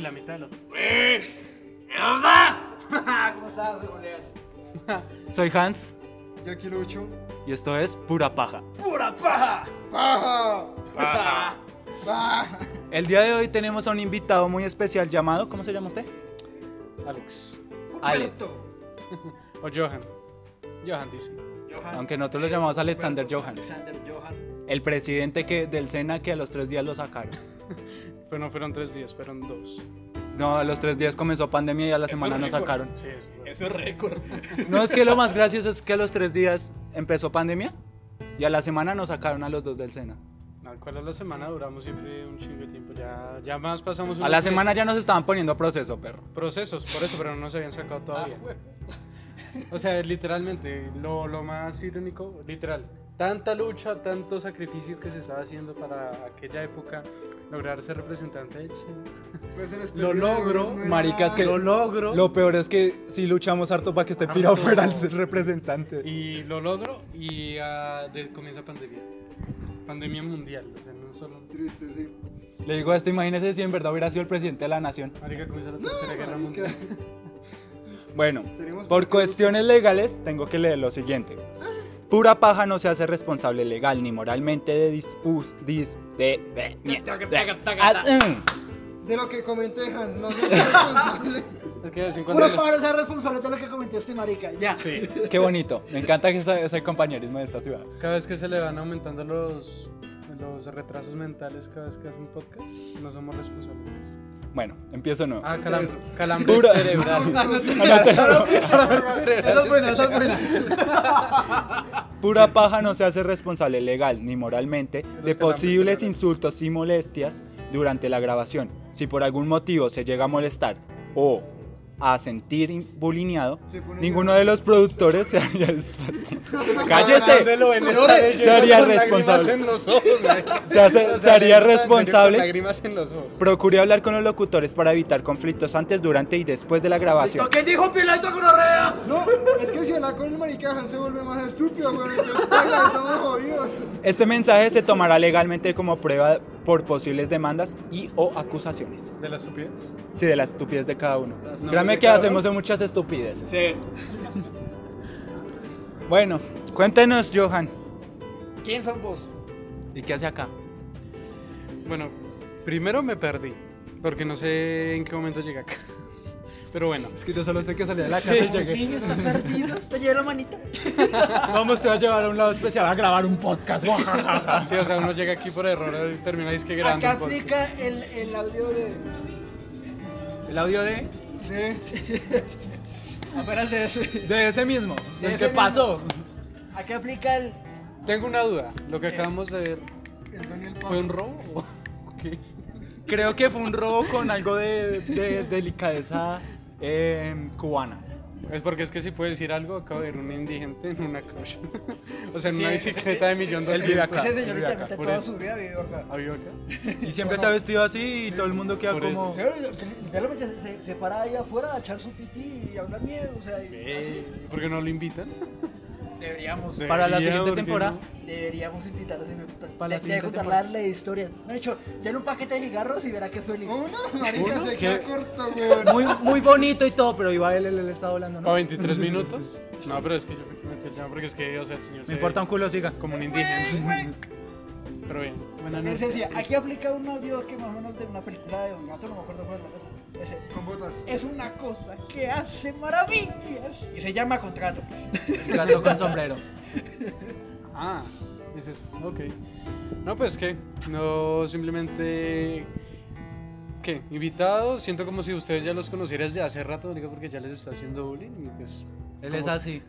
la mitad de los. ¿Cómo estás, güey, Julián? Soy Hans Yo quiero mucho. y esto es Pura Paja. ¡Pura paja! ¡Paja! Ah, Paja. ¡Paja! El día de hoy tenemos a un invitado muy especial llamado, ¿cómo se llama usted? Alex. Alex. Humberto. O Johan. Johan dice. Johan. Aunque nosotros lo llamamos Alexander Johan, Alexander Johan. el presidente que, del Sena que a los tres días lo sacaron. Pero no fueron tres días, fueron dos. No, a los tres días comenzó pandemia y a la semana nos sacaron. Sí, es verdad. Eso es récord. No, es que lo más gracioso es que a los tres días empezó pandemia y a la semana nos sacaron a los dos del Sena. No, ¿Cuál es la semana? Duramos siempre un chingo de tiempo. Ya, ya más pasamos. A unos la semana meses. ya nos estaban poniendo a proceso, perro. Procesos, por eso, pero no nos habían sacado Ah, todavía. O sea, literalmente, lo, lo más irónico, literal, tanta lucha, tanto sacrificio que se estaba haciendo para aquella época lograr ser representante del Sena. Pues en los Lo perdidos logro, no es maricas, nada. que- Lo logro Lo peor es que si luchamos harto para que este pirado Harto. fuera el representante. y lo logro y ah, de- comienza pandemia. Pandemia mundial, o sea, no solo. Triste, sí. Le digo esto, imagínese si en verdad hubiera sido el presidente de la nación. Marica comienza la tercera guerra Marica, mundial. Bueno, seremos por pocos. cuestiones legales tengo que leer lo siguiente. Pura paja no se hace responsable legal ni moralmente de dispus... Dis, de, de- Ah, mm. De lo que comenté, Hans, no seas responsable. Es que de vez en cuando- Pura paja, no seas responsable de lo que comenté este marica. Ya. Sí. Qué bonito, me encanta que sea, sea el compañerismo de esta ciudad. Cada vez que se le van aumentando los, los retrasos mentales cada vez que hace un podcast, no somos responsables de eso. Bueno, empiezo nuevo. Ah, calam- calambre Pura- cerebral. Esa es buena, esa es buena. Pura paja no se hace responsable legal ni moralmente de calambres posibles cerebrales. insultos y molestias durante la grabación. Si por algún motivo se llega a molestar o a sentir in- bulineado, Se pone ninguno serio. de los productores se haría responsable. ¡Cállese! Hablándolo en Se- esta- se haría con lágrimas responsable. en los ojos, marica. Se hace- O sea, se haría con responsable. Lágrimas en los ojos. Procure hablar con los locutores para evitar conflictos antes, durante y después de la grabación. ¿Lo que dijo Pilato Correa? No, es que si habla con el marica Hans se vuelve más estúpido, güey. Entonces, paga, estamos jodidos. Este mensaje se tomará legalmente como prueba por posibles demandas y o acusaciones. ¿De las estupidez? Sí, de la estupidez de cada uno. estupidez Créame de que cada uno. hacemos de muchas estupideces. Sí. Bueno, cuéntenos, Johan. ¿Quién son vos? ¿Y qué hace acá? Bueno, primero me perdí, porque no sé en qué momento llegué acá. Pero bueno, Es que yo solo sé que salí de la casa y llegué. Niño, ¿estás perdido? ¿Te llevo la manita? Vamos, te va a llevar a un lado especial a grabar un podcast. sí, o sea, uno llega aquí por error y termina disque grabando Acá un aplica podcast. el, el audio de... El audio de, Sí. Apenas de ese. Ah, de ese mismo. De ¿El ese que pasó? Acá aplica el... Tengo una duda, lo que acabamos de ver, El Daniel ¿fue un robo o qué? Creo que fue un robo con algo de, de delicadeza eh, cubana. Es porque es que si puedo decir algo, acabo de ver un indigente en una coche. o sea, en Sí, una ese- bicicleta de millón él doscientos. vive acá, Ese señor vive acá, literalmente por toda eso. su vida vivió acá. ¿Ah, vivo acá? Y siempre se ha vestido así y todo el mundo queda Por como. eso. Sí, Literalmente se, se, se para ahí afuera a echar su piti y a hablar miedo, o sea, y así. Ve, ¿Por qué no lo invitan? Deberíamos. Para Debería, la ¿por siguiente qué temporada. no? Deberíamos invitar a señor Tután. Le- le Para la voy a siguiente contar la, la historia. De hecho, denle un paquete de cigarros y verá que es feliz. Unos, marica, Uno, se queda ¿qué? corto, weón. Muy, muy bonito y todo, pero iba él, él, él está volando, ¿A ¿no? 23 minutos? No, pero es que yo me quiero meter ya, porque es que, o sea, el señor Me importa un culo, siga. como un indigente. Pero bien, buenas Es noches. decir, aquí aplica un audio que más o menos de una película de Don Gato, no me acuerdo cuál era. Ese. Con botas. Es una cosa que hace maravillas. Y se llama contrato. pues. Gato con sombrero. Ah, es eso, ok. No, pues que, no simplemente. ¿Qué? Invitados, siento como si ustedes ya los conocieran desde hace rato, digo, porque ya les está haciendo bullying y pues. Él es como así.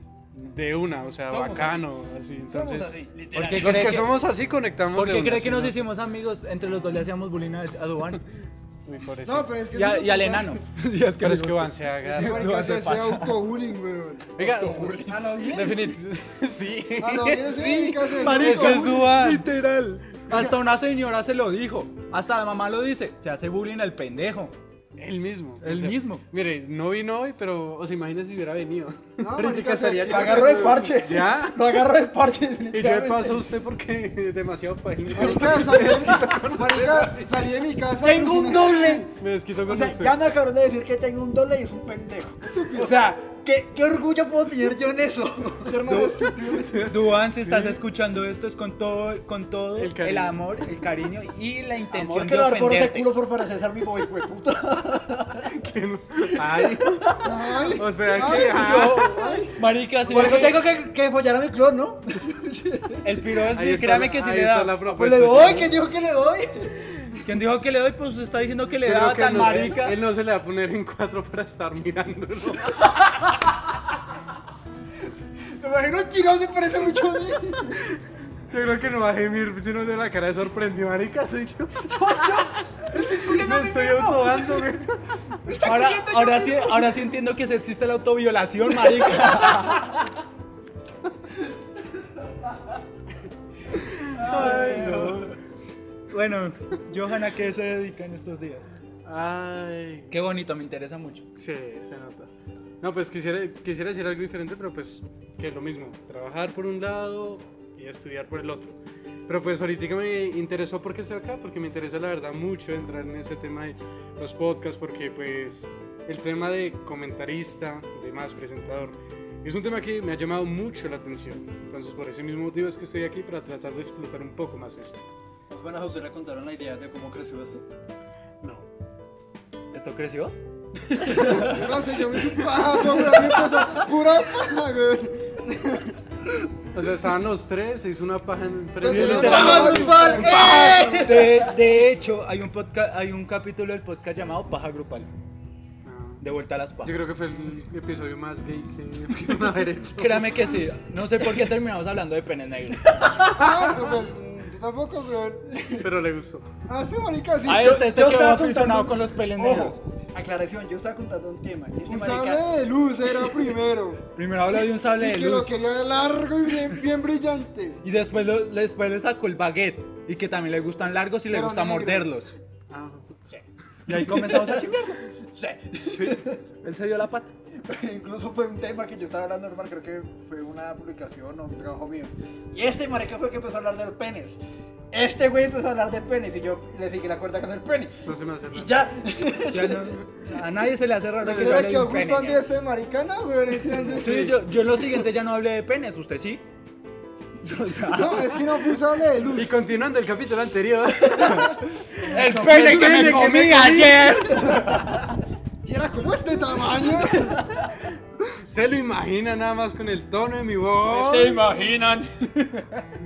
De una, o sea, Somos bacano, así. Entonces, ¿Por qué Los cree que, que- somos así conectamos. ¿Por de qué una, cree ¿sí, que nos no? hicimos amigos? Entre los dos le hacíamos bullying a, a Dubán Uy, pobrecito. No, pero es que y, a- eso y al no- enano. Y es Pero es que van, se Ese agarra. Sí, marica no se hace hace falta. autobullying, weón. Oiga, A lo bien. definitivamente. Sí. A lo bien ese marica se hace Marica, Eso es autobullying. Duván. Literal. Hasta una señora se lo dijo. Hasta la mamá lo dice. Se hace bullying al pendejo. Él mismo. Él mismo. Mire, no vino hoy, pero o sea, imagínese si hubiera venido. No, Ahorita marica, estaría se- yo- Lo agarro de parche. Ya. Lo agarro de parche. Y yo de paso a usted porque es demasiado país. Marica, salí de mi- marica, salí de mi casa. Tengo un doble. Me desquito con O sea, usted. ya me acabaron de decir que tengo un doble y es un pendejo. O sea, ¿qué, qué orgullo puedo tener yo en eso? Duan, si estás escuchando esto, es con todo, con todo El el, cariño. amor, el cariño y la intención Amor, que de lo por ese ofenderte. culo por para César mi boy, güey, puta. Que- Ay. Ay, O sea que. ah, Marica, si Por eso tengo que, que follar a mi clon, ¿no? el piro es, ahí mi- está créame la- que si ahí le está da. la Pues propuesta. le doy, que dijo que le doy. Quien dijo que le doy, pues está diciendo que le Creo da que tan no- marica. Él no se le va a poner en cuatro para estar mirándolo. Me imagino el pirón se parece mucho a mí. Yo creo que no va a gemir, sino de la cara de sorprendido, marica, soy yo. Estoy culiando a Me mí estoy mismo. autodando, güey. Ahora, ahora, sí, ahora sí entiendo que se existe la autoviolación, marica. Ay, no. bueno, Johanna, ¿qué se dedica en estos días? Ay. Qué bonito, me interesa mucho. Sí, se nota. No, pues quisiera, quisiera decir algo diferente, pero pues que es lo mismo. Trabajar por un lado y estudiar por el otro. Pero pues ahorita me interesó porque estoy acá, porque me interesa la verdad mucho entrar en este tema de los podcasts, porque pues el tema de comentarista, de más presentador, es un tema que me ha llamado mucho la atención. Entonces por ese mismo motivo es que estoy aquí para tratar de explotar un poco más esto. Pues bueno, a usted le contaron la idea de cómo creció esto. No. ¿Esto creció? No sé, yo me hice un paso, Ah, güey, así cosa, pura paja, güey. O sea, estaban los tres, se hizo una paja en el Entonces, literal. ¡Vamos, Pues, Guzmán! ¡Eh! De, de hecho, hay un, podcast, hay un capítulo del podcast llamado Paja Grupal. Ah. De vuelta a las Yo pajas. creo que fue el episodio más gay que pudieron haber hecho. Créame que sí. No sé por qué terminamos hablando de penes negros. Ah, pues, yo tampoco, güey. Pero le gustó. Ah, este marica, sí. A yo- este, este yo que estaba va aficionado apuntando- con los penes negros. Ojo, aclaración, yo estaba contando un tema. y Este Un marica sable de luz era primero. Primero habla de un sable y de que lo luz. quería largo y bien, bien brillante. Y después, lo- después le sacó el baguette. Y que también le gustan largos y le Pero gusta negro. morderlos. Ah, Y ahí comenzamos a chingar. sí. Él se dio la pata. Incluso fue un tema que yo estaba hablando normal, creo que fue una publicación o un trabajo mío. Y este marica fue el que empezó a hablar de los penes. Este güey empezó a hablar de penes y yo le seguí la cuerda con el pene. No se me hace Y raro. ya. Ya no- a nadie se le hace raro Pero que yo hable era que de un Augusto pene. Andy ya. este maricana, güey, entonces. Sí, yo, yo en lo siguiente ya no hablé de penes. ¿Usted sí? O sea, No, es que no fue un sable de luz. Y continuando el capítulo anterior, el pene que me comí ayer. Y era como este tamaño. se lo imagina nada más con el tono de mi voz. imaginan?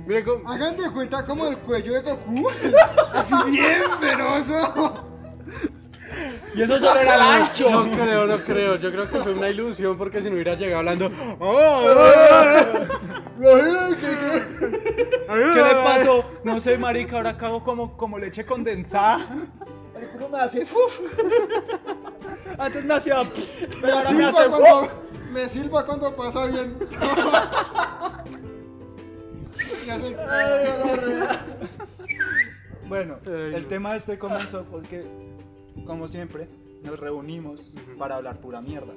Mire cómo. Hagan de cuenta como el cuello de Goku. Así bien veroso. Y eso solo era Ah, el ancho. No creo, no creo. Yo creo que fue una ilusión porque si no hubiera llegado hablando. "Oh, ¿Qué oh, le pasó? No sé, marica, ahora cago como, como leche condensada. El culo me hace fuf. Antes me hacía... Me Pero ahora me silba hace... ¡Oh! cuando. Me silba cuando pasa bien. Y hace- Bueno, Ay, el no. tema de este comenzó porque, como siempre, nos reunimos Ujú. para hablar pura mierda.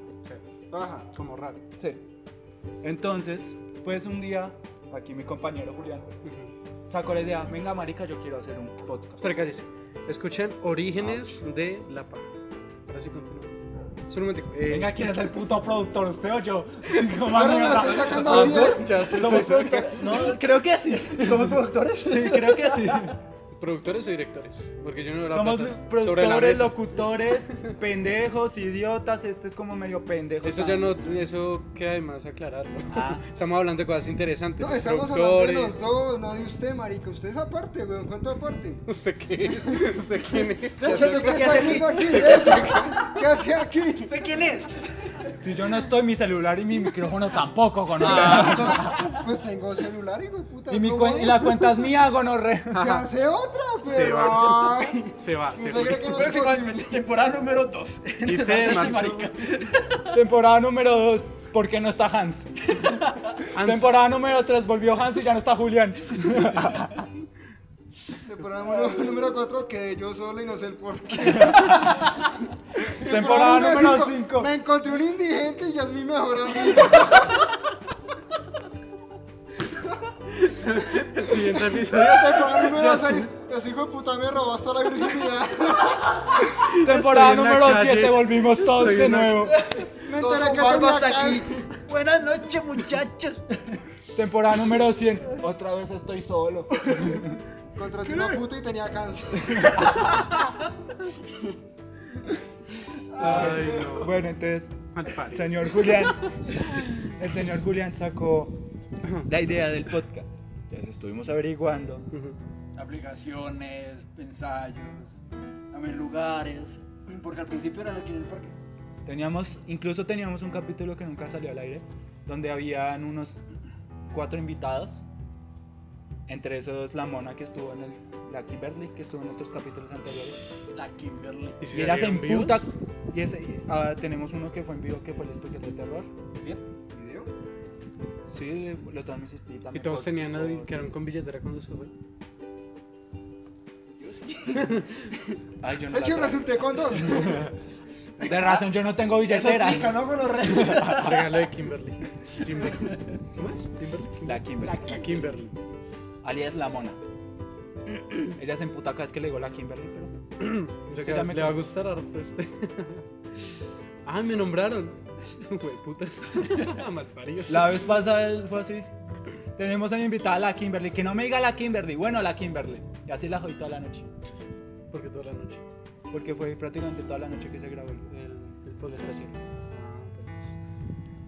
Ajá. Como raro. Sí. Entonces, pues un día, aquí mi compañero Julián sacó la idea, venga marica, yo quiero hacer un podcast. Espera, cállese. Escuchen Orígenes de la Paja. Ahora sí continúa. Solo un momentico. Eh, Venga, ¿quién es el puto productor? ¿Usted o yo? Como Ahora me la mierda. estoy sacando Los Ah, así, dos, ¿eh? Ya te somos estoy productores. No, creo que sí. ¿Somos productores? Sí, creo que sí. ¿Productores o directores? Porque yo no era Somos plata. pues, Sobre la productores, mesa. locutores, pendejos, idiotas. Este es como medio pendejo. Eso ya no, eso queda de más aclararlo. Ah. Estamos hablando de cosas interesantes. No, estamos hablando de los dos, no de usted, marica. Usted es aparte, güey. Cuento aparte. ¿Usted qué es? ¿Usted quién es? De hecho, ¿qué está ¿qué hace haciendo aquí? ¿Qué hace aquí? ¿Usted quién es? Si yo no estoy, mi celular y mi micrófono tampoco, gonorrea. Pues tengo celular, hijo de puta. Y, mi ¿cómo cuen- y es? la cuenta es mía, gonorrea. Se hace otra, Se pero. va. ay, Se va, se ¿Usted cree que fue. no es posible? temporada número 2. Y se marchó. Temporada número 2, ¿por qué no está Hans? Hans. Temporada número 3, volvió Hans y ya no está Julián. Temporada número 4, que yo solo y no sé el por qué. Temporada uno de número cinco. 5. Me encontré un indigente y ya es mi mejor amigo. El siguiente episodio. Temporada número 6. Ese hijo de puta me robó hasta la virginidad. Temporada Estoy en la número calle. 7. Volvimos todos Estoy de en la- nuevo. Me Todos enteré con que barbas tenía aquí. cáncer. Buenas noches, muchachos. Temporada número 100. Otra vez estoy solo. Contraté una puta y tenía cáncer. Ay, no. Bueno, entonces, Mal el parido. señor Julián. El señor Julián sacó la idea del podcast. Entonces estuvimos averiguando. Ujú. Aplicaciones, ensayos, también lugares. Porque al principio era aquí en el parque. Teníamos, incluso teníamos un capítulo que nunca salió al aire, donde habían unos cuatro invitados. Entre esos la mona que estuvo en el, la Kimberly, que estuvo en otros capítulos anteriores. La Kimberly. ¿Y Y si era se salieron vivos? emputa. Y ese, y, ah, tenemos uno que fue en vivo, que fue el especial de terror. ¿Bien? ¿Video? Sí, lo transmití también. Y todos por- tenían, por- el- quedaron con billetera cuando se fue. Yo sí. Ay, yo no De hecho, la traigo. resulté con dos. De razón, yo no tengo Eso billetera. explica, ¿no? Con los re- Regalo de Kimberly. Kimberly. ¿Cómo es? Kimberly. La Kimberly, La Kimberly. alias la mona. Ella se emputa cada vez que le digo la Kimberly, pero. O sea Sí, que ya me le va a conoces. gustar harto este. ah, me nombraron. Güey, putas. Malparidos. La vez pasada fue así. Tenemos a invitada a la Kimberly. Que no me diga la Kimberly. Bueno, la Kimberly. Y así la jodí toda la noche. Porque toda la noche. Porque fue prácticamente toda la noche que se grabó el, el- el podcast. Ah, pues.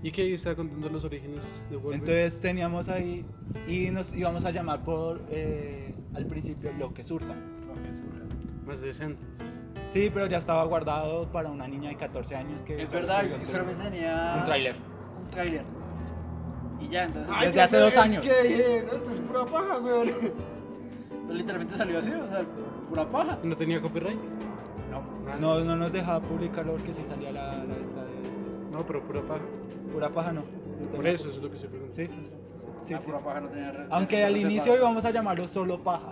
¿Y qué está contando los orígenes de Wolverine? Entonces teníamos ahí. Y nos íbamos a llamar por. eh, al principio lo que surta. Lo que surja. Más decentes. Sí, pero ya estaba guardado para una niña de 14 años que. Es solo verdad, se hizo solamente tenía. Un Ah, tráiler. Un tráiler. Y ya, entonces. Ay, Desde qué hace feo, dos es años. Que dije, no, esto es pura paja, weón. pues, Literalmente salió así, o sea, pura paja. ¿No tenía copyright? No. Ah, No, no nos dejaba publicarlo porque si salía la, la esta de. No, pero pura paja. Pura paja, no. Por eso es lo que se pregunta. Sí. Sí, Ah, sí. pura paja no tenía re- Aunque solo al sepa- inicio íbamos a llamarlo solo paja.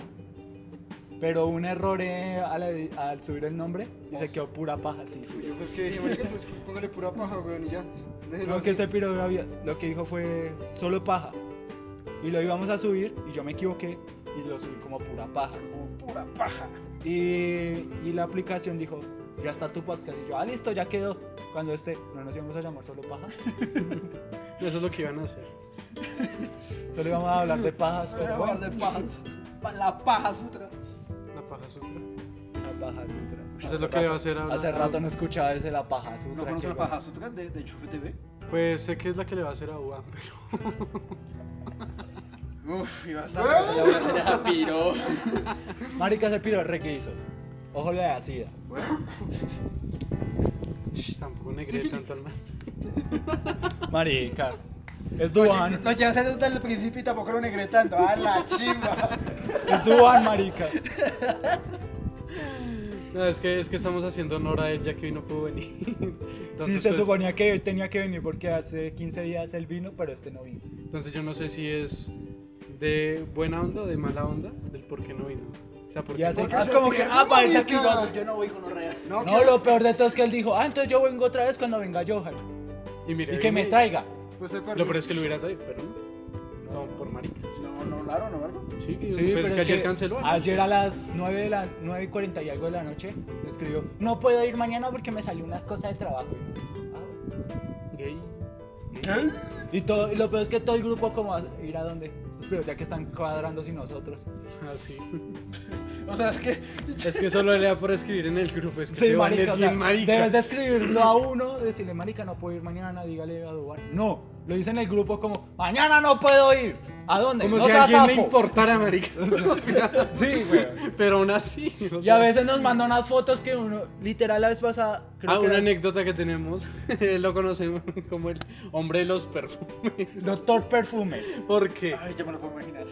Pero un error eh, al, edi- al subir el nombre y se Post. quedó pura paja, sí. Y Yo pues que dije, marica, entonces póngale pura paja, weón, y ya. Déjelo Lo que así. ese piro había- lo que dijo fue solo paja. Y lo íbamos a subir y yo me equivoqué y lo subí como pura paja. Como pura paja. Y, y la aplicación dijo, ya está tu podcast. Y yo, ah, listo, ya quedó. Cuando esté, no nos íbamos a llamar solo paja. Eso es lo que iban a hacer. Solo íbamos a hablar de pajas. Voy a Pero bueno, hablar de pajas. Pa- La paja sutra. La paja sutra. la paja Eso sutra. es Pues Hace lo que le va a hacer a- Hace rato no escuchaba ese la paja sutra. No conozco que- la paja sutra de, de Chufe TV. Pues sé que es la que le va a hacer a UA, pero. Uf, iba a estar. Se la voy a hacer esa piro. Marica ese piro re que hizo. Ojo le da sida. Sh, tampoco negré tanto al mal. Marica. Es Oye, Duan. Lo llevas desde el principio y tampoco lo negré tanto. A la chimba. Es Duan, marica. No, es que, es que estamos haciendo honor a ella que hoy no pudo venir. Entonces, Sí, se pues, suponía que hoy tenía que venir porque hace 15 días él vino, pero este no vino. Entonces yo no sé si es de buena onda o de mala onda del por qué no vino. O sea, porque Ya sé. Es como que, ah, parece marica. piloto. Yo no voy con reas. No, No, que- lo peor de todo es que él dijo, ah, entonces yo vengo otra vez cuando venga Johan. Y, mira, Y que me traiga. Pues se Lo perdió. peor es que lo hubiera traído, pero no. No, por marica. No, no hablaron o algo. Sí, Sí, pues es que ayer canceló. ¿no? Ayer a las 9 de la 9 y 40 y algo de la noche me escribió, no puedo ir mañana porque me salió una cosa de trabajo. Y yo, "Ah, bueno". Gay. Y, todo, y lo peor es que todo el grupo como a ir a dónde. Estos pero ya que están cuadrando sin nosotros. Así. O sea, es que. Ah, es que solo le da por escribir en el grupo. Es que Sí, se van, marica, es o sea, bien marica. Debes de escribirlo a uno, decirle, marica, no puedo ir mañana, dígale a Dubán. No, lo dice en el grupo como, mañana no puedo ir. ¿A dónde? Como no si a seas alguien le sapo". importara, marica. O sea, Sí, güey. pero aún así. o Y sea, a veces nos manda unas fotos que uno, literal, la vez pasada. creo Ah, que una era anécdota que tenemos, lo conocemos como el hombre de los perfumes. Doctor Perfume. Porque Ah, Ay, ya me lo puedo imaginar.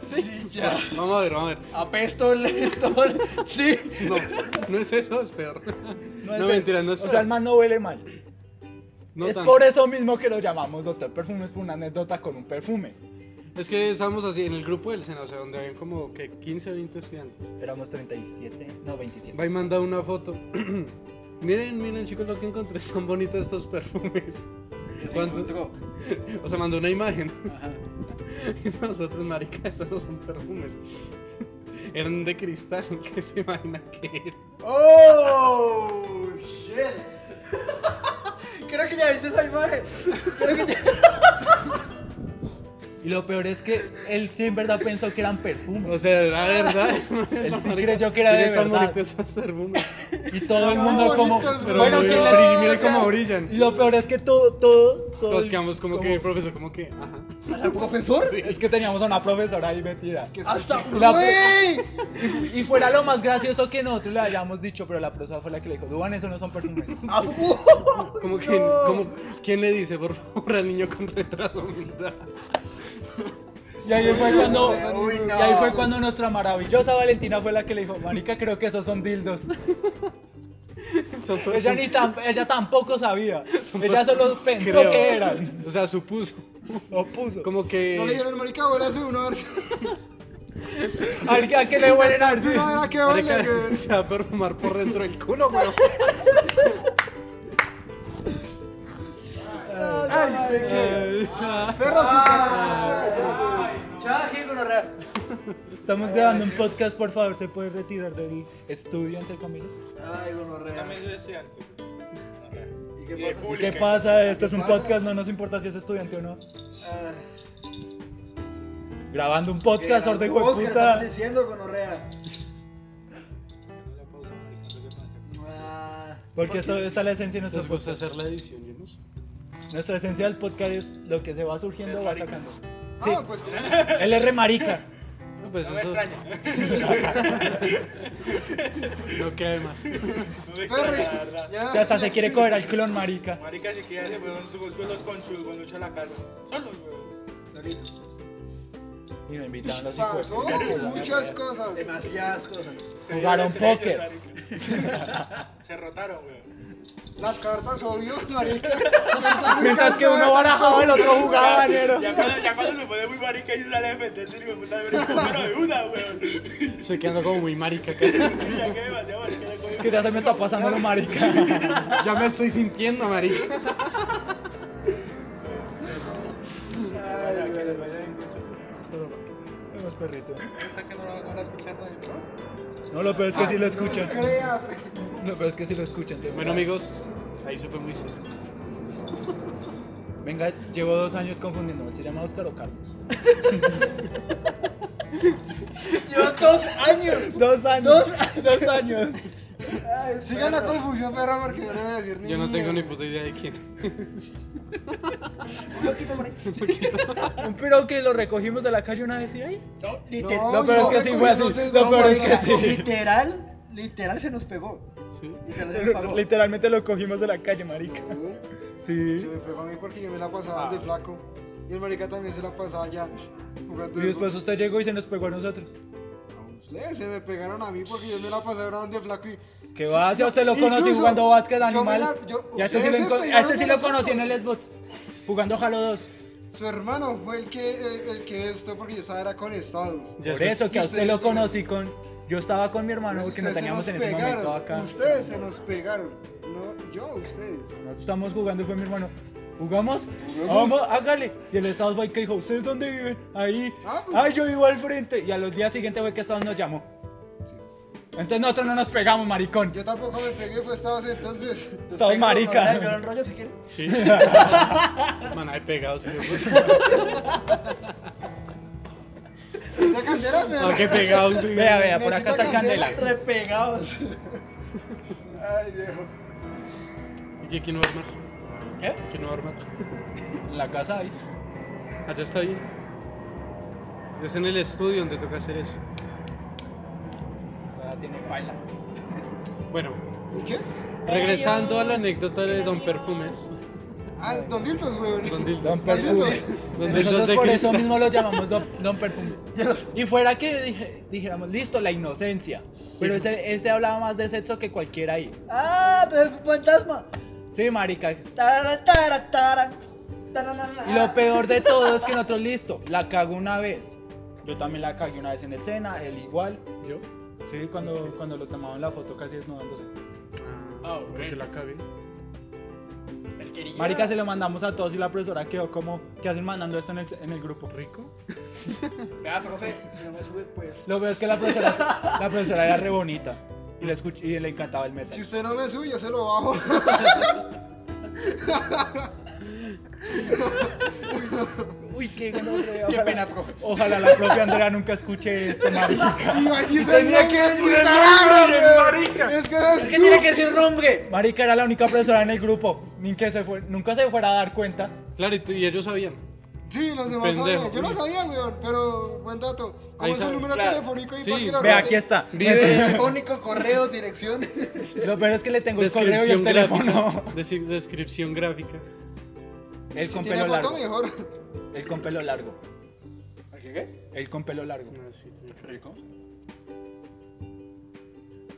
sí, ya. Bueno, vamos a ver, vamos a ver. Apesto el. todo el- Sí. No, no es eso, es peor. No, es mentira, eso. no es O peor. sea, el man no huele mal. No es tanto. por eso mismo que lo llamamos Doctor Perfume, es por una anécdota con un perfume. Es que estábamos así en el grupo del Sena, o sea, donde habían como que 15 o 20 estudiantes. Éramos 37, no 27. Va y manda una foto Miren, miren chicos lo que encontré, están bonitos estos perfumes. Se Cuando- encontró. O sea, mandó una imagen. Ajá. Y nosotros, marica, esos no son perfumes. Eran de cristal, ¿qué se imagina que era? ¡Oh! ¡Shit! Creo que ya viste esa imagen. Creo que ya... Y lo peor es que él sí en verdad pensó que eran O perfumes. sea, la verdad. Él sí marica, creyó que era mire de tan verdad. bonitos esos perfumes. Y todo el No, mundo como... bonitos, Pero Bueno, bueno, que que la- mire o sea, cómo brillan. Y lo peor es que todo, todo, todo Todos el- quedamos como que, profesor, como que, ajá. ¿Al profesor? Es que teníamos a una profesora ahí metida. ¡Hasta... La- ¡Uy! Y fuera lo más gracioso que nosotros le hayamos dicho, pero la profesora fue la que le dijo, Duban, eso no son perfumes. Ah, uy, Como no. que, como, ¿quién le dice, por favor, al niño con retraso mental? Y ahí fue cuando, Uy, no. y ahí fue cuando nuestra maravillosa Valentina fue la que le dijo, marica, creo que esos son dildos. Son perfumes. Ella, ni tam- ella tampoco sabía. Ella solo pensó Creo. que eran. O sea, supuso. Lo puso. Como que. No le dijeron, marica, ahora hace uno, a ver si- A ver, ¿a qué le huelen a ver si- a ver a qué Marica, huele, güey. se va a perfumar por dentro del culo, weón. Ay, señor. Ay, ay. Perro Ah. Chao, con Estamos grabando un podcast, por favor, ¿se puede retirar del estudio, entre comillas? Ay, gonorrea. También soy estudiante. ¿Y Y de qué bullying. ¿Qué ¿Qué? pasa? Esto es un ¿Qué pasa? podcast, no nos importa si es estudiante o no. pasa? Ah, Grabando un podcast, ¿qué? sordo hijo Oscar, de estamos puta. diciendo, gonorrea? Ah, Porque esto, esta es la esencia de nuestro Nos gusta podcast. hacer la edición, yo no sé. Nuestra esencia del podcast es lo que se va surgiendo, Ser va maricas. sacando. Sí, Ah, pues. él es re marica. No, pues No me eso extraña. no queda de más. No me extraña, Perry, la verdad. ya. O sea, hasta se quiere coger al clon marica. Marica, si quiere se fueron sus suelos con su lucha a la casa. Solos, weón. Solitos. Y nos invitaron los hijos. Pasó muchas cosas. demasiadas cosas. Se Jugaron dieron entre póker. ellos, marica. Se rotaron, weón. Las cartas, obvio, marica. Mientras que uno barajaba, el otro jugaba, banero. Ya cuando, ya cuando se pone muy marica y se sale a defenderse, digo, puta, pero primero de una, weón. Sí, Estoy quedando como muy marica acá. ya que demasiado marica la Que ya se me está pasando lo marica. Ya me estoy sintiendo, marica. Ay, güey. Vemos, perrito. Esa que no la van a escuchar nadie, No, lo peor es que sí Ah, lo escuchan. Crea, fe. Lo peor es que sí lo escuchan. te juro. Bueno, amigos, ahí se fue Moisés. Venga, llevo dos años confundiendo. ¿Se llama Oscar o Carlos? Lleva dos años. Dos años. Dos, años. Sigan la confusión, perra, porque no le voy a decir ni Yo no tengo ni mierda. puta idea de quién. Un piro que lo recogimos de la calle una vez y ahí. No, No, literal. Lo peor es que no, sí no, fue no, así. no, Lo no, peor es que marica. sí. Literal, literal se nos pegó. ¿Sí? Literal se nos pegó. Literalmente lo cogimos de la calle, marica. Se Sí. me pegó a mí porque yo me la pasaba de flaco. Y el marica también se la pasaba ya jugando. Y después usted llegó y se nos pegó a nosotros. A Ustedes se me pegaron a mí porque yo me la pasaba de flaco y. Que va, si a usted lo Incluso, conocí jugando básquet yo me animal. la- yo- y a este sí ustedes lo, se encon- pegaron a este sí de lo nosotros. conocí en el Xbox. Jugando Halo 2. Su hermano fue el que, el, el que esto, porque yo estaba era con Estados. Ya Por es- eso que a usted ustedes lo se- conocí con. Yo estaba con mi hermano porque nos Ustedes se teníamos en ese pegaron. momento acá. Ustedes se nos pegaron. No, yo, ustedes. Nosotros estábamos jugando y fue mi hermano. ¿Jugamos? Vamos, hágale. Y el Estados fue el que dijo, ¿ustedes dónde viven? Ahí. Ah, pues. Ay, yo vivo al frente. Y a los días siguientes fue que Estados nos llamó. Entonces nosotros no nos pegamos, maricón. Yo tampoco me pegué, fue Estados entonces. Estados Venga, gonorrea, marica. Yo lo rollo si quiere. Sí. Man, hay pegados. hijo de puta. La candela, pero. Ah, qué pegados. güey. Vea, vea, por acá Necesita está candela. Candela. Repegados. Ay, viejo. ¿Y qué- quién va a armar? ¿Qué? ¿Quién va a armar? En la casa ahí. Allá está bien. Es en el estudio donde toca hacer eso. Todavía tiene paila. Bueno, ¿Y qué? regresando a la anécdota de Don Perfumes. Ah, Don Dildos, güey. Don Dildos. Don Perfume. Perfume. Don Dildos Nosotros de por eso cristal. mismo lo llamamos Don, don Perfume. Y fuera que dije- dijéramos, listo, la inocencia. Pero ese, ese hablaba más de sexo que cualquiera ahí. Ah, entonces es un fantasma. Sí, marica. Tara, tara, tara. Tararara. Y lo peor de todo es que nosotros, listo, la cago una vez. Yo también la cagué una vez en el Sena, él igual. ¿Yo? Sí, cuando, cuando lo tomaban la foto casi desnudándose. Ah, Ah, Porque bueno. la cagué. Él quería. Marica, se lo mandamos a todos y la profesora quedó como, ¿qué hacen mandando esto en el, en el grupo? Rico. Vea, profe, si no me sube, pues. Lo peor es que la profesora, la profesora era re bonita y le, escuch- y le encantaba el metal. Si usted no me sube, yo se lo bajo. Uy, qué gonorrea, Qué ojalá- pena, profe. Ojalá la propia Andrea nunca escuche esto, marica. Y aquí se Tenía que decir el nombre, el marica. Es que es. Es que tiene que decir nombre. Marica era la única profesora en el grupo, ni que se fue, nunca se fuera a dar cuenta. Claro, y, tú- y ellos sabían. Sí, los demás Pendejo. sabían. Yo no sabía, weón, pero buen dato. Ahí Como es sabe, el número claro. telefónico y Sí. cualquier Ve, orden- aquí está. Vive telefónico, correo, dirección. Entonces, lo peor es que le tengo el correo y el teléfono. gráfica. Desi- descripción gráfica. Él con Tiene pelo foto largo. mejor. Él con pelo largo. ¿A ¿Qué? qué? Él con pelo largo. No, Ah, sí, tiene- Rico.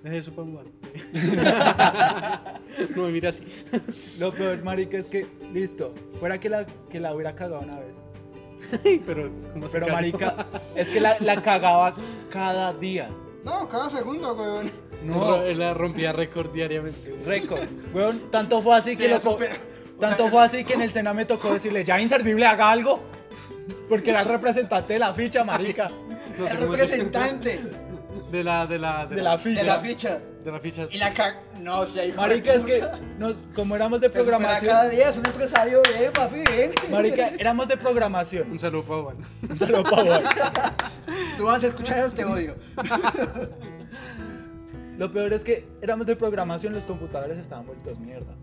Deje eso para un guante. No me mira así. Lo peor, marica, es que, listo, fuera que la, que la hubiera cagado una vez. Pero, pues, ¿cómo se Pero, calma? marica, es que la, la cagaba cada día. No, cada segundo, weón. No, Ro- La rompía récord diariamente. récord. Weón, tanto fue así que Sí, lo eso co- fue- o Tanto sea, fue así que en el Sena me tocó decirle, ya inservible, haga algo. Porque era el representante de la ficha, marica. No sé el cómo es. representante De la, de la, De la ficha. de la ficha. de la ficha. Y la ca... No, o sea, hijo de Marica, es que puta. nos, como éramos de Eso para cada programación. día es un empresario bien, papi, eh. bien. Marica, éramos de programación. Un saludo pues, para Juan. Un saludo pa' vos. Tú vas a escuchar eso, te odio. Lo peor es que éramos de programación, los computadores estaban vueltos mierda.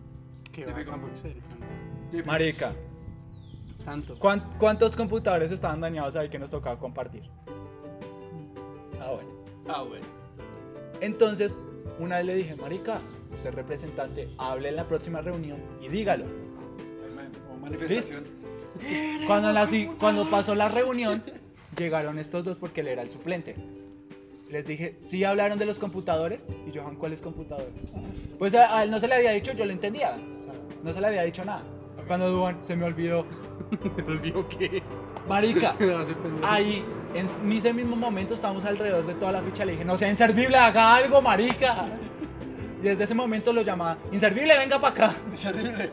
Que va, tampoco sé. Marica, Tanto. ¿cuán- ¿cuántos computadores estaban dañados ahí que nos tocaba compartir? Ah, bueno. Ah, bueno. Entonces, una vez le dije, Marica, usted es representante, hable en la próxima reunión y dígalo. O manifestación. Cuando, la si- cuando pasó la reunión, llegaron estos dos porque él era el suplente. Les dije, ¿sí hablaron de los computadores? Y Johan, ¿cuáles computadores? Pues a, a él no se le había dicho, yo lo entendía. O sea, no se le había dicho nada. Cuando Duan se me olvidó, Se me olvidó que. Marica, Me va a hacer pendejo. ahí, en mi- ese mismo momento, estábamos alrededor de toda la ficha. Le dije, no sea inservible, haga algo, Marica. Y desde ese momento lo llamaba, inservible, venga para acá. Inservible.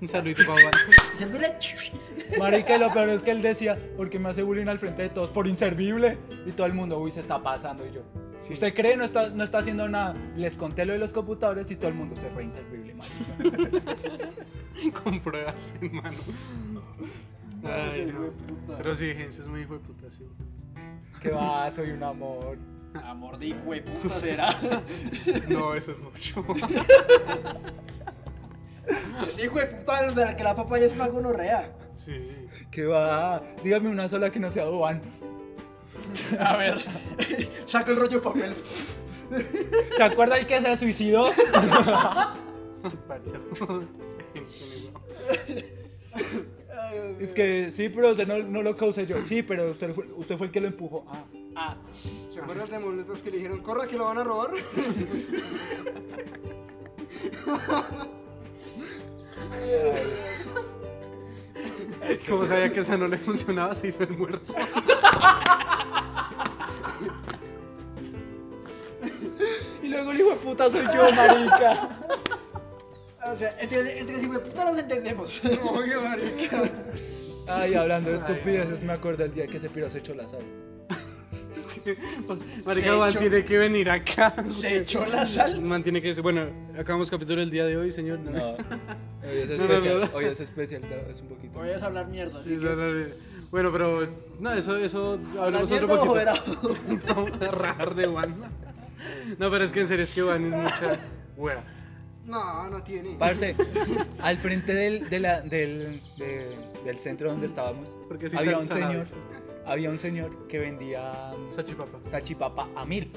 Un saludito pues, para Juan. Inservible. Marica, y lo peor es que él decía, porque me hace bullying al frente de todos por inservible. Y todo el mundo, uy, se está pasando. Y yo, si usted cree, no está, no está haciendo nada. Les conté lo de los computadores y todo el mundo se re inservible, marica. Con pruebas en mano. Ay, no. Pero sí, Gens es muy hijo de puta, sí. Que va, soy un amor. Amor de hijo de puta será. No, eso es mucho. Ese hijo de puta, o sea, que la papaya es más gonorrea. Sí. Que va, dígame una sola que no sea Duan. A ver. Saca el rollo de papel. ¿Se acuerda el que se suicidó? Parió. Ay, Es Dios mío. que sí, pero usted no, no lo causé yo. Sí, pero usted fue, usted fue el que lo empujó. Ah. Ah, ¿Se acuerdan de muletas que le dijeron, corra que lo van a robar? Como sabía que esa no le funcionaba, se hizo el muerto. Y luego el hijo de puta soy yo, marica. o sea, entre, entre hijo de puta nos entendemos. Oye, marica. Ay, hablando de estupideces, me acuerdo el día que ese piro se echó la sal. Marica Se Juan echó- tiene que venir acá. Se echó la sal. Man tiene que decir, bueno, acabamos capítulo el día de hoy, señor. No. hoy es No, no, especial, no, no. Hoy es especial, es un poquito. Voy a hablar mierda. Sí, Así no, que... no, no. Bueno, pero no, eso, eso ¿Hablar hablamos otro mierda o poquito. joderado? No, a rajar de Juan. No, pero es que en serio es que Juan es mucha wea. No, no tiene. Parce, al frente del, de la- del, de- del centro donde estábamos, Porque sí había tan un salado. señor, había un señor que vendía mm, Sachipapa. salchipapa a mil.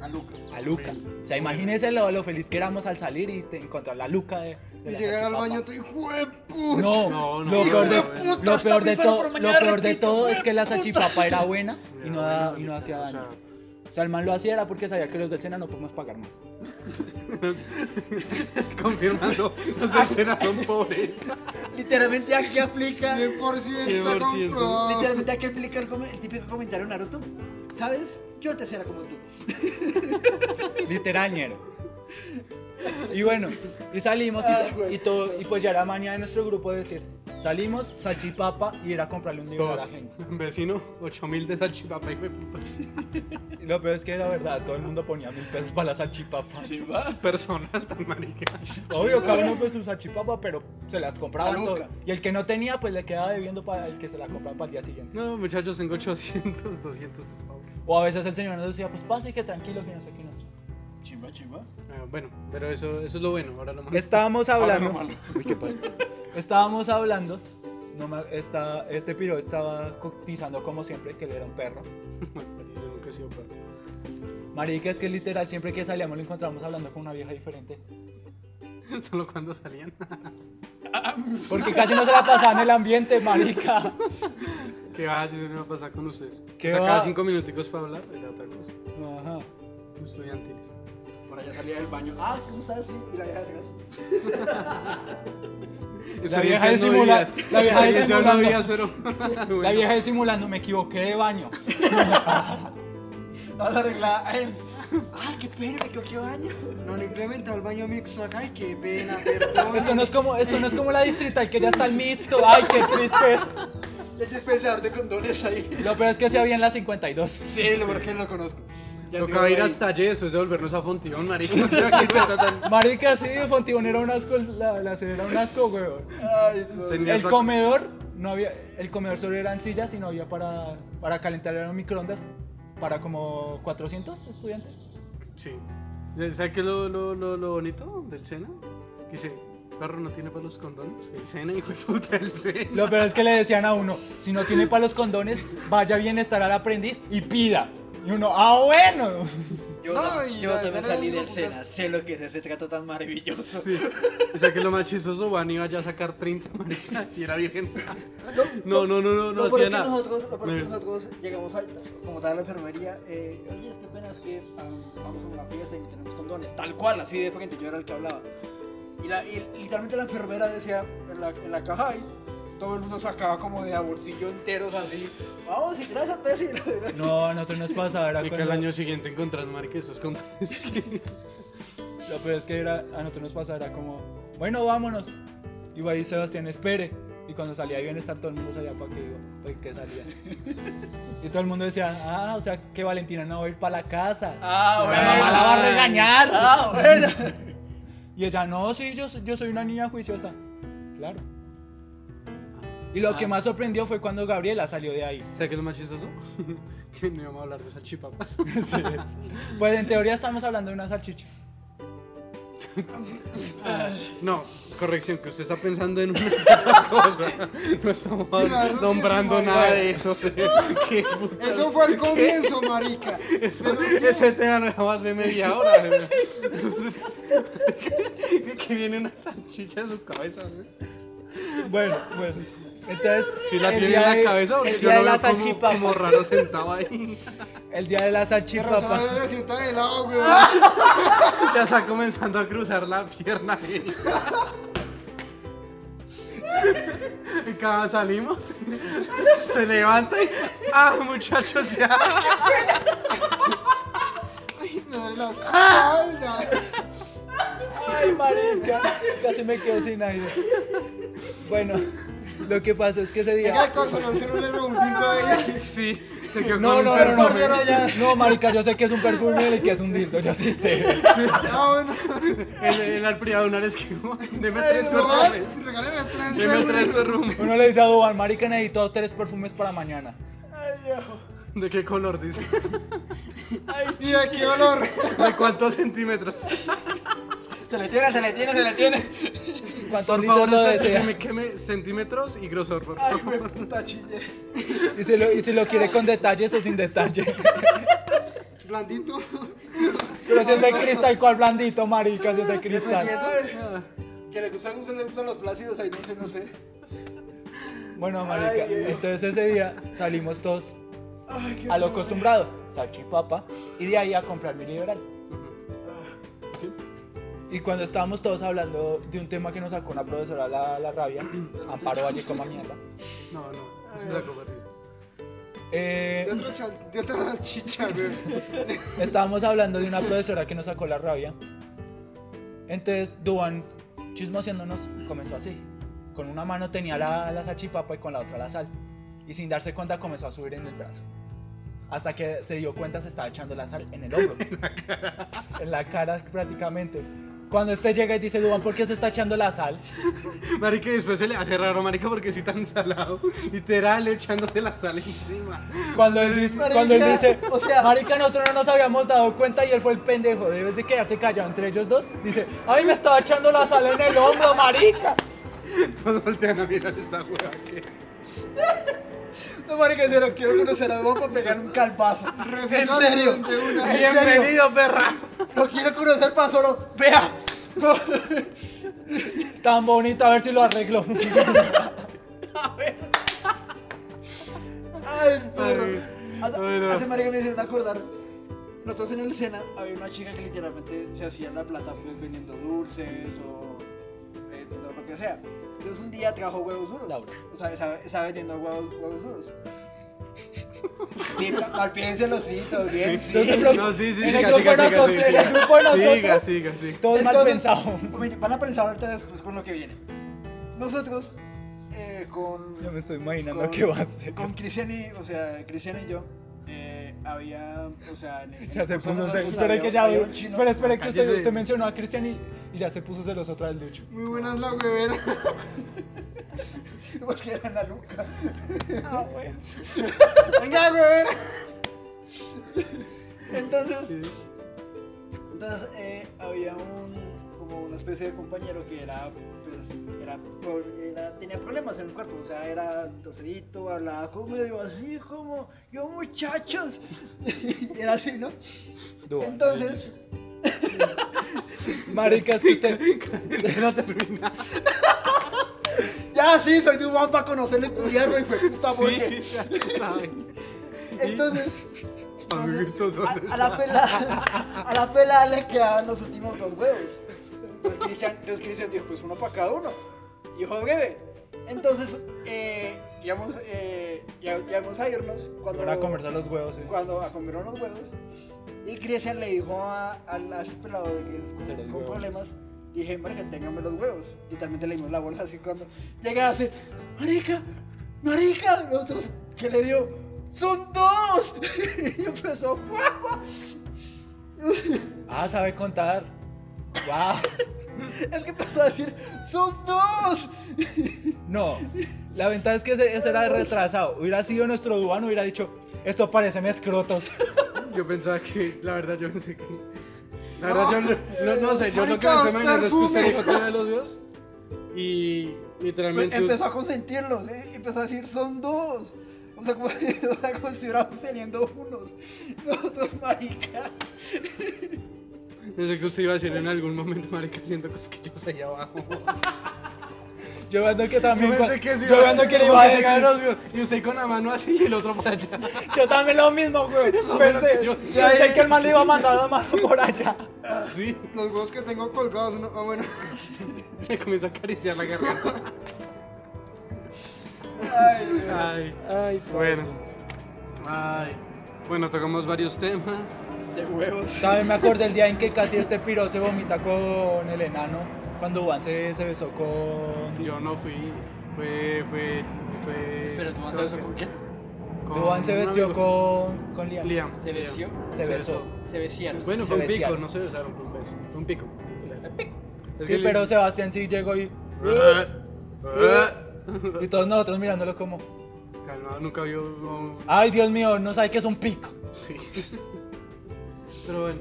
A Luca. O sea, imagínense lo, lo feliz que éramos al salir y te- encontrar la Luca de. de Y la llegar al salchipapa. baño, tú, hijo de puta. No, No, no, no, lo peor de, hijo de lo puta, peor de está todo, muy bueno, pero lo mañana peor de repito, todo es hijo que la de puta. salchipapa era buena y no, Era da- bueno, y no hacía o daño. sea, O sea, el man lo hacía era porque sabía que los del Sena no podemos pagar más. Confirmando, los del Sena son pobres. Literalmente aquí aplica. 100% 100%. comprobado. Literalmente hay que aplicar como el típico comentario de Naruto. ¿Sabes? Yo te será como tú. Literal, ñero. Y bueno, y salimos y, y todo, y pues ya era mañana de nuestro grupo decir, salimos, salchipapa y ir a comprarle un libro a la Todos. agencia. Vecino, 8000 de salchipapa y me puta. Y lo peor es que la verdad, todo el mundo ponía mil pesos para la salchipapa. Personal tan marica. Obvio, cada uno con su salchipapa, pero se las compraba Maluca. todo. Y el que no tenía, pues le quedaba debiendo para el que se la compraba para el día siguiente. No, muchachos, tengo 800, 200, por favor. O a veces el señor nos decía, pues pase que tranquilo, que no sé qué no. sé". Chimba, chimba. Ah, bueno, pero eso, eso es lo bueno. Ahora lo malo. Estábamos hablando. Ahora lo malo. Uy, ¿qué pasó? Estábamos hablando. No me- esta- este piro estaba cotizando como siempre, que él era un perro. Yo nunca he sido perro. Marica, es que literal, siempre que salíamos lo encontramos hablando con una vieja diferente. Solo cuando salían. Porque casi no se la pasaba en el ambiente, marica. Que va, yo me va a pasar con ustedes. ¿Qué o sea, cada va? cinco minuticos para hablar era otra cosa. Ajá. Estudiantiles. Por allá salía del baño. Ah, ¿cómo estás así? Y la vieja de gas. La vieja Experiencias no disimula- vividas. la vieja Experiencias no disimulando. vividas, pero- La Bueno. vieja disimulando, me equivoqué de baño. Vas a arreglar. Ay, ay, Ah, qué pena, me quedó qué baño. No le implementó el baño mixto acá y qué pena, perdón. Esto no es como, esto no es como la distrital que ya está el mixto. Ay, qué triste es. El dispensador de condones ahí. Lo peor es que se había en la 52. Sí, lo porque lo conozco. Ya Tocaba ir hasta Yeso, es devolvernos a Fontión, marica. O sea, que está tan- Marica, sí, Fontibón era un asco, la, la sede era un asco, weón. Ay, eso. Tenías El vac- comedor, no había, el comedor solo eran sillas y no había para, para calentar, eran microondas para como 400 estudiantes. Sí. ¿Sabes qué es lo, lo, lo, lo bonito del Sena? Que dice, perro no tiene para los condones. El Sena, hijo de puta, el Sena. Lo peor es que le decían a uno, si no tiene para los condones, vaya bienestar al aprendiz y pida. Y uno, ah, bueno. Yo, Ay, yo la- también la- salí la- del la- Sena, sé lo que es ese trato tan maravilloso. Sí. O sea que lo más chistoso, Juan iba ya a sacar 30, marica, y era virgen. No, no, no, no, no Lo peor hacía es que nada. nosotros, lo peor es que No. nosotros llegamos a, como tal a la enfermería, eh, oye, es que pena es que ah, vamos a una fiesta y no tenemos condones, tal cual, así de frente, yo era el que hablaba. Y, la, y literalmente la enfermera decía en la, en la caja ahí, Todo el mundo sacaba como de a bolsillo enteros así. vamos y gracias, Bessie. No, a nosotros nos pasaba, era Y que al cuando- año siguiente encontrás marica esos condones. que- Lo peor es que era, a nosotros nos pasaba, era como, bueno, vámonos. Y va ahí Sebastián, espere. Y cuando salía de bienestar, todo el mundo sabía para qué, iba, pa' qué salía. y todo el mundo decía, ah, o sea, que Valentina no va a ir para la casa. Ah, La mamá la va a regañar. Ah, bueno. Y ella, no, sí, yo, so- yo soy una niña juiciosa. Claro. Y Ah. lo que más sorprendió fue cuando Gabriela salió de ahí. ¿Sabes qué es lo más chistoso? que no íbamos a hablar de salchipapas. Sí. Pues en teoría estamos hablando de una salchicha. No, corrección, que usted está pensando en una sola cosa. No estamos la verdad es que nombrando sí, nada marica. de eso. Qué putas. Eso fue el comienzo, marica. Eso- ese tema no dejaba hace media hora. güey. que, que viene una salchicha en su cabeza. güey. Bueno, bueno. Entonces, Si la el tiene día en la de- cabeza, porque el yo lo día de la veo como, salchipapa. como raro sentado ahí. El día de la Que Rosado salchipapa. se sienta de lado, güey. Ah. ya está comenzando a cruzar la pierna. güey. Y Cada vez salimos, se levanta y. ¡Ah, muchachos, ya! Ay, me duele la espalda. Ah. Ay, marica, casi me quedo sin aire. Bueno, lo que pasó es que ese día. Venga, cosa, no hicieron el reunido ahí. Sí, se quedó No, con no, un no, no, perfume. Pero ya. no, marica, yo sé que es un perfume y que es un dildo, yo sí sé. Ah, bueno. El, el al privado una vez que. Deme Ay, tres perfumes. Duván, Regáleme tres. Deme tres güey. perfumes. Uno le dice a Duban, marica, necesito tres perfumes para mañana. ¿De qué color dice? Y de qué olor. ¿De cuántos centímetros? Se le tiene, se le tiene, se le tiene. ¿Cuántos Por litros favor, lo desea? específeme queme centímetros y grosor, por Ay, favor. me puta chille. Y si, lo, y si lo quiere con detalles o sin detalle. Blandito. Pero si es de cristal, ¿cuál blandito, marica? Si es de cristal. Ah, Que le gustan, le gustan los plácidos ahí, no sé, no sé. Bueno, marica, Ay, Dios. entonces ese día salimos todos Ay, qué a lo horror. acostumbrado, salchipapa, y de ahí a comprar mi liberal. ujú. Y cuando estábamos todos hablando de un tema que nos sacó una profesora la, la rabia, Amparo Valle como mierda. No, no, eso es la cobertura. eh, De otra chal- de otra salchicha, güey. estábamos hablando de una profesora que nos sacó la rabia Entonces Duan, chismoseándonos, comenzó así. Con una mano tenía la, la salchipapa y con la otra la sal. Y sin darse cuenta comenzó a subir en el brazo. Hasta que se dio cuenta se estaba echando la sal en el hombro. en la cara. prácticamente. Cuando este llega y dice, Duan, ¿por qué se está echando la sal? Marica, y después se le hace raro, marica, porque sí tan salado. Literal, echándose la sal encima. Cuando él dice, cuando él dice Marica, nosotros no nos habíamos dado cuenta y él fue el pendejo. Debes de quedarse callado entre ellos dos. Dice, ay, me estaba echando la sal en el hombro, Marica. Todos voltean a mirar esta hueva que... No, marica, se lo quiero conocer a Duan para pegar un calvazo. ¿En serio? De una. Bienvenido, perra. Lo quiero conocer para solo. Vea. Tan bonito, a ver si lo arreglo. Ay, perro. Ay, Hace, ay, no. hace marica me hicieron acordar. Nosotros en el Sena había una chica que literalmente se hacía la plata pues vendiendo dulces o eh, lo que sea. Entonces un día trajo huevos duros. Laura. O sea, estaba, estaba vendiendo huevos, huevos duros. Sí, mal piensen los hitos, bien. Sí, No, sí, sí, En el siga, grupo siga, de siga, nosotros, en el grupo de siga. nosotros. Siga, siga, siga. Todo mal Entonces, pensado. oye, Van a pensar ahorita después con lo que viene. Nosotros, eh, con. Yo me estoy imaginando con- que va a ser. Con Cristian y, o sea, Cristian y yo, eh, había, o sea, en el- Ya se o sea, puso nosotros celoso. Espera había- que ya. había un chino. Espera, espera que usted, Cállese. usted mencionó a Cristian y, y ya se puso celoso otra vez Lucho. Muy buenas la huevera. Pues que era la nuca. Ah, Venga, huevera. Entonces, entonces eh, había un, como una especie de compañero que era, pues, era, pro- era- tenía problemas en el cuerpo, o sea, era torcedito, hablaba como medio así, como, yo muchachos, era así, ¿no? Duan. Entonces, Marica, es que usted. ya sí, soy de un para conocerle culiarlo y fue puta porque. Sí, ya saben. Entonces, Amiguitos, ¿dónde a, a la pelada, a la pelada le quedaban los últimos dos huevos. Entonces Cristian, entonces Cristian dijo, pues uno para cada uno. Y yo breve. Entonces, eh, íbamos, eh, ya, ya vamos a irnos cuando Para conversar los huevos, ¿eh? sí. cuando a comer unos huevos. Y Cristian le dijo a, al a ese pelado que es con, Se los con huevos. problemas, dije, marica, téngame los huevos. Y también le dimos la bolsa así cuando llega así, marica, marica, nosotros que le dio, son dos. y empezó, guau. Ah, sabe contar. Wow. Es que empezó a decir, son dos. No. La ventaja es que ese, ese era retrasado. Hubiera sido nuestro Duan, hubiera dicho, esto parecen escrotos. Yo pensaba que, la verdad, yo pensé que. La verdad, yo no, no, no sé, yo lo que Marica, pensé imaginar es que usted dijo perfumes. que era de los dios. Y literalmente. pues empezó a consentirlos, ¿eh? Y empezó a decir, son dos. O sea, como, o sea, como si hubiéramos teniendo unos. Nosotros, marica. Pensé que usted iba a decir en algún momento, marica, siento cosquillos ahí abajo. Yo veo que también. Yo cua- pensé que sí yo iba- veo que le como iba a que llegaba decir. los dios, Y usted con la mano así y el otro por allá. Yo también lo mismo, güey. fue lo Pensé, que yo- yo pensé que el man le iba a mandar la mano por allá. Sí. Los huevos que tengo colgados, no, ah, bueno. Me comienza a acariciar la garganta. Ay, Ay, bueno. Ay. Bueno, tocamos varios temas. De huevos. pues. También me acordé el día en que casi este piro se vomita con el enano. Cuando Juan se, se besó con. Yo no fui. Fue. Fue. fue Espera, ¿tú vas a eso con quién? Duan se un besó amigo. con. Con Liam. Liam. ¿Se besió? Se besó. Se besían. Bueno, Se fue un pico, besaron. no se besaron, fue un beso. Fue un pico. Es Sí, que- pero Sebastián sí llegó y. Y todos nosotros mirándolo como. Calma, "Ah, nunca vio. no- Ay, Dios mío, no sabe que es un pico. Sí. Pero bueno,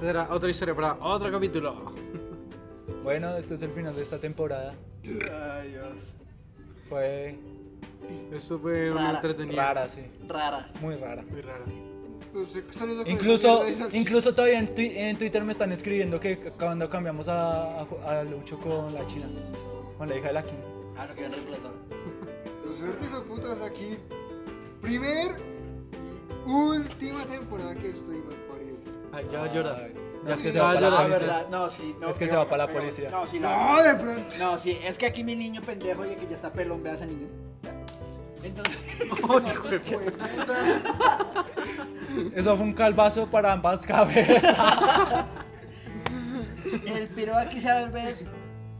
será otra historia para otro capítulo. Bueno, este es el final de esta temporada. Ay, Dios. Fue Esto fue una Rara, entretenida. rara, sí. Rara. Muy rara. Muy rara. Pues, sí, saliendo con Incluso, esa mierda y sal- incluso todavía en, twi- en Twitter me están escribiendo que c- cuando cambiamos a, a, Ju- a Lucho con la China, con la hija de la Kim. Ah, lo que viene reemplazar. Pues suerte, hijo de putas, aquí. Primer y última temporada que estoy mal paridos. Ay, ya va a llorar. Ay, no, es que Sí, se ya va va a para la Ah, llorar, policía. verdad. No, sí. No, Es que pero- se va para la pero- policía. No, sí, la- No, de pronto. No, sí. Es que aquí mi niño pendejo y aquí ya está pelón, vea a ese niño. Entonces. Hijo de puta. Eso fue un calvazo para ambas cabezas. El piro aquí se vuelve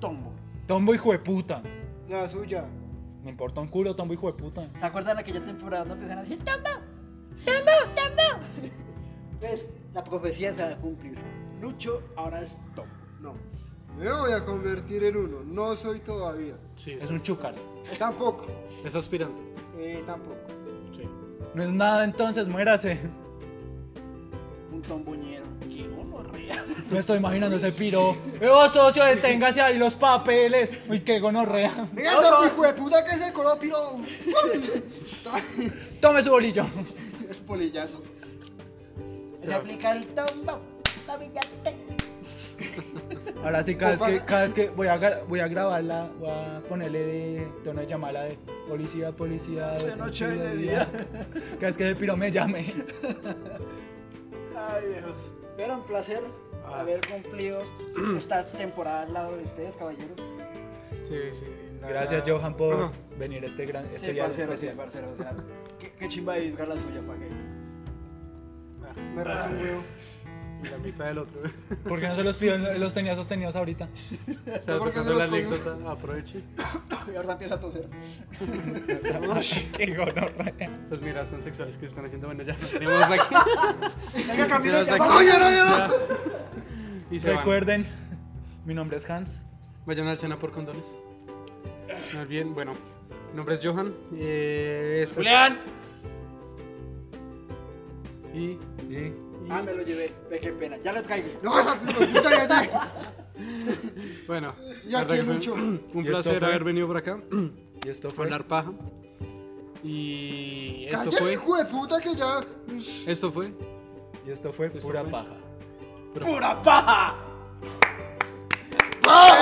tombo. Tombo hijo de puta. La suya. Me importa un culo, tombo hijo de puta. ¿Se acuerdan de aquella temporada donde empezaron a decir tombo? ¡Tombo! ¡Tombo! Pues la profecía se va a cumplir. Lucho ahora es tombo. No. Me voy a convertir en uno. No soy todavía. Sí, Es un chúcar. Tampoco. es aspirante. Eh, tampoco. Sí. No es nada entonces, muérase. Un tomboñero. ¡Qué gonorrea! Me estoy imaginando ese piro. ¡Evo socio, deténgase ahí los papeles! ¡Uy, qué gonorrea! Venga, ese hijo de puta que se coló piro. Tome su bolillo. es polillazo. Se aplica el tombo. Tomillate. Ahora sí, cada vez que, cada vez que voy, a, gra- voy a grabarla, voy a ponerle de tono de llamada de policía, policía. De noche y de Cada vez que ese piro me llame. Ay, viejos. Era un placer Ah. haber cumplido esta temporada al lado de ustedes, caballeros. Sí, sí. la Gracias, verdad. Johan, por venir este gran este sí, día parcero, sí, especial. parcero. O sea, qué, qué chimba divulgar la suya para que. Me rasco un huevo. Ah, Y La mitad del otro. ¿Por qué no se los pido? Los tenía sostenidos ahorita. O sea, No, porque tocando se la los comió. anécdota, Ah, aproveche. Y ahora empieza a toser. ¡Qué gonorrea! Esas miradas tan sexuales que se están haciendo, bueno, ya no tenemos aquí. Venga, camino Tenemos hacia aquí. abajo. ¡No, ya no, ya no! Y se Recuerda. Recuerden, mi nombre es Hans. Vayan al cena por condones. No olviden, bueno. Mi nombre es Johan. Eh, esto es- Julián. Y Y Ah, me lo llevé. Ve qué pena. Ya lo traigo. No, esa hijo de puta ya está. bueno. Y aquí arreglen. Lucho. Un Y esto placer fue- haber venido por acá. y esto fue. Hablar paja. Y esto Cállese, fue. hijo de puta que ya. Esto fue. Y esto fue Esto pura fue- paja. ¡Pura paja! ¡Ah!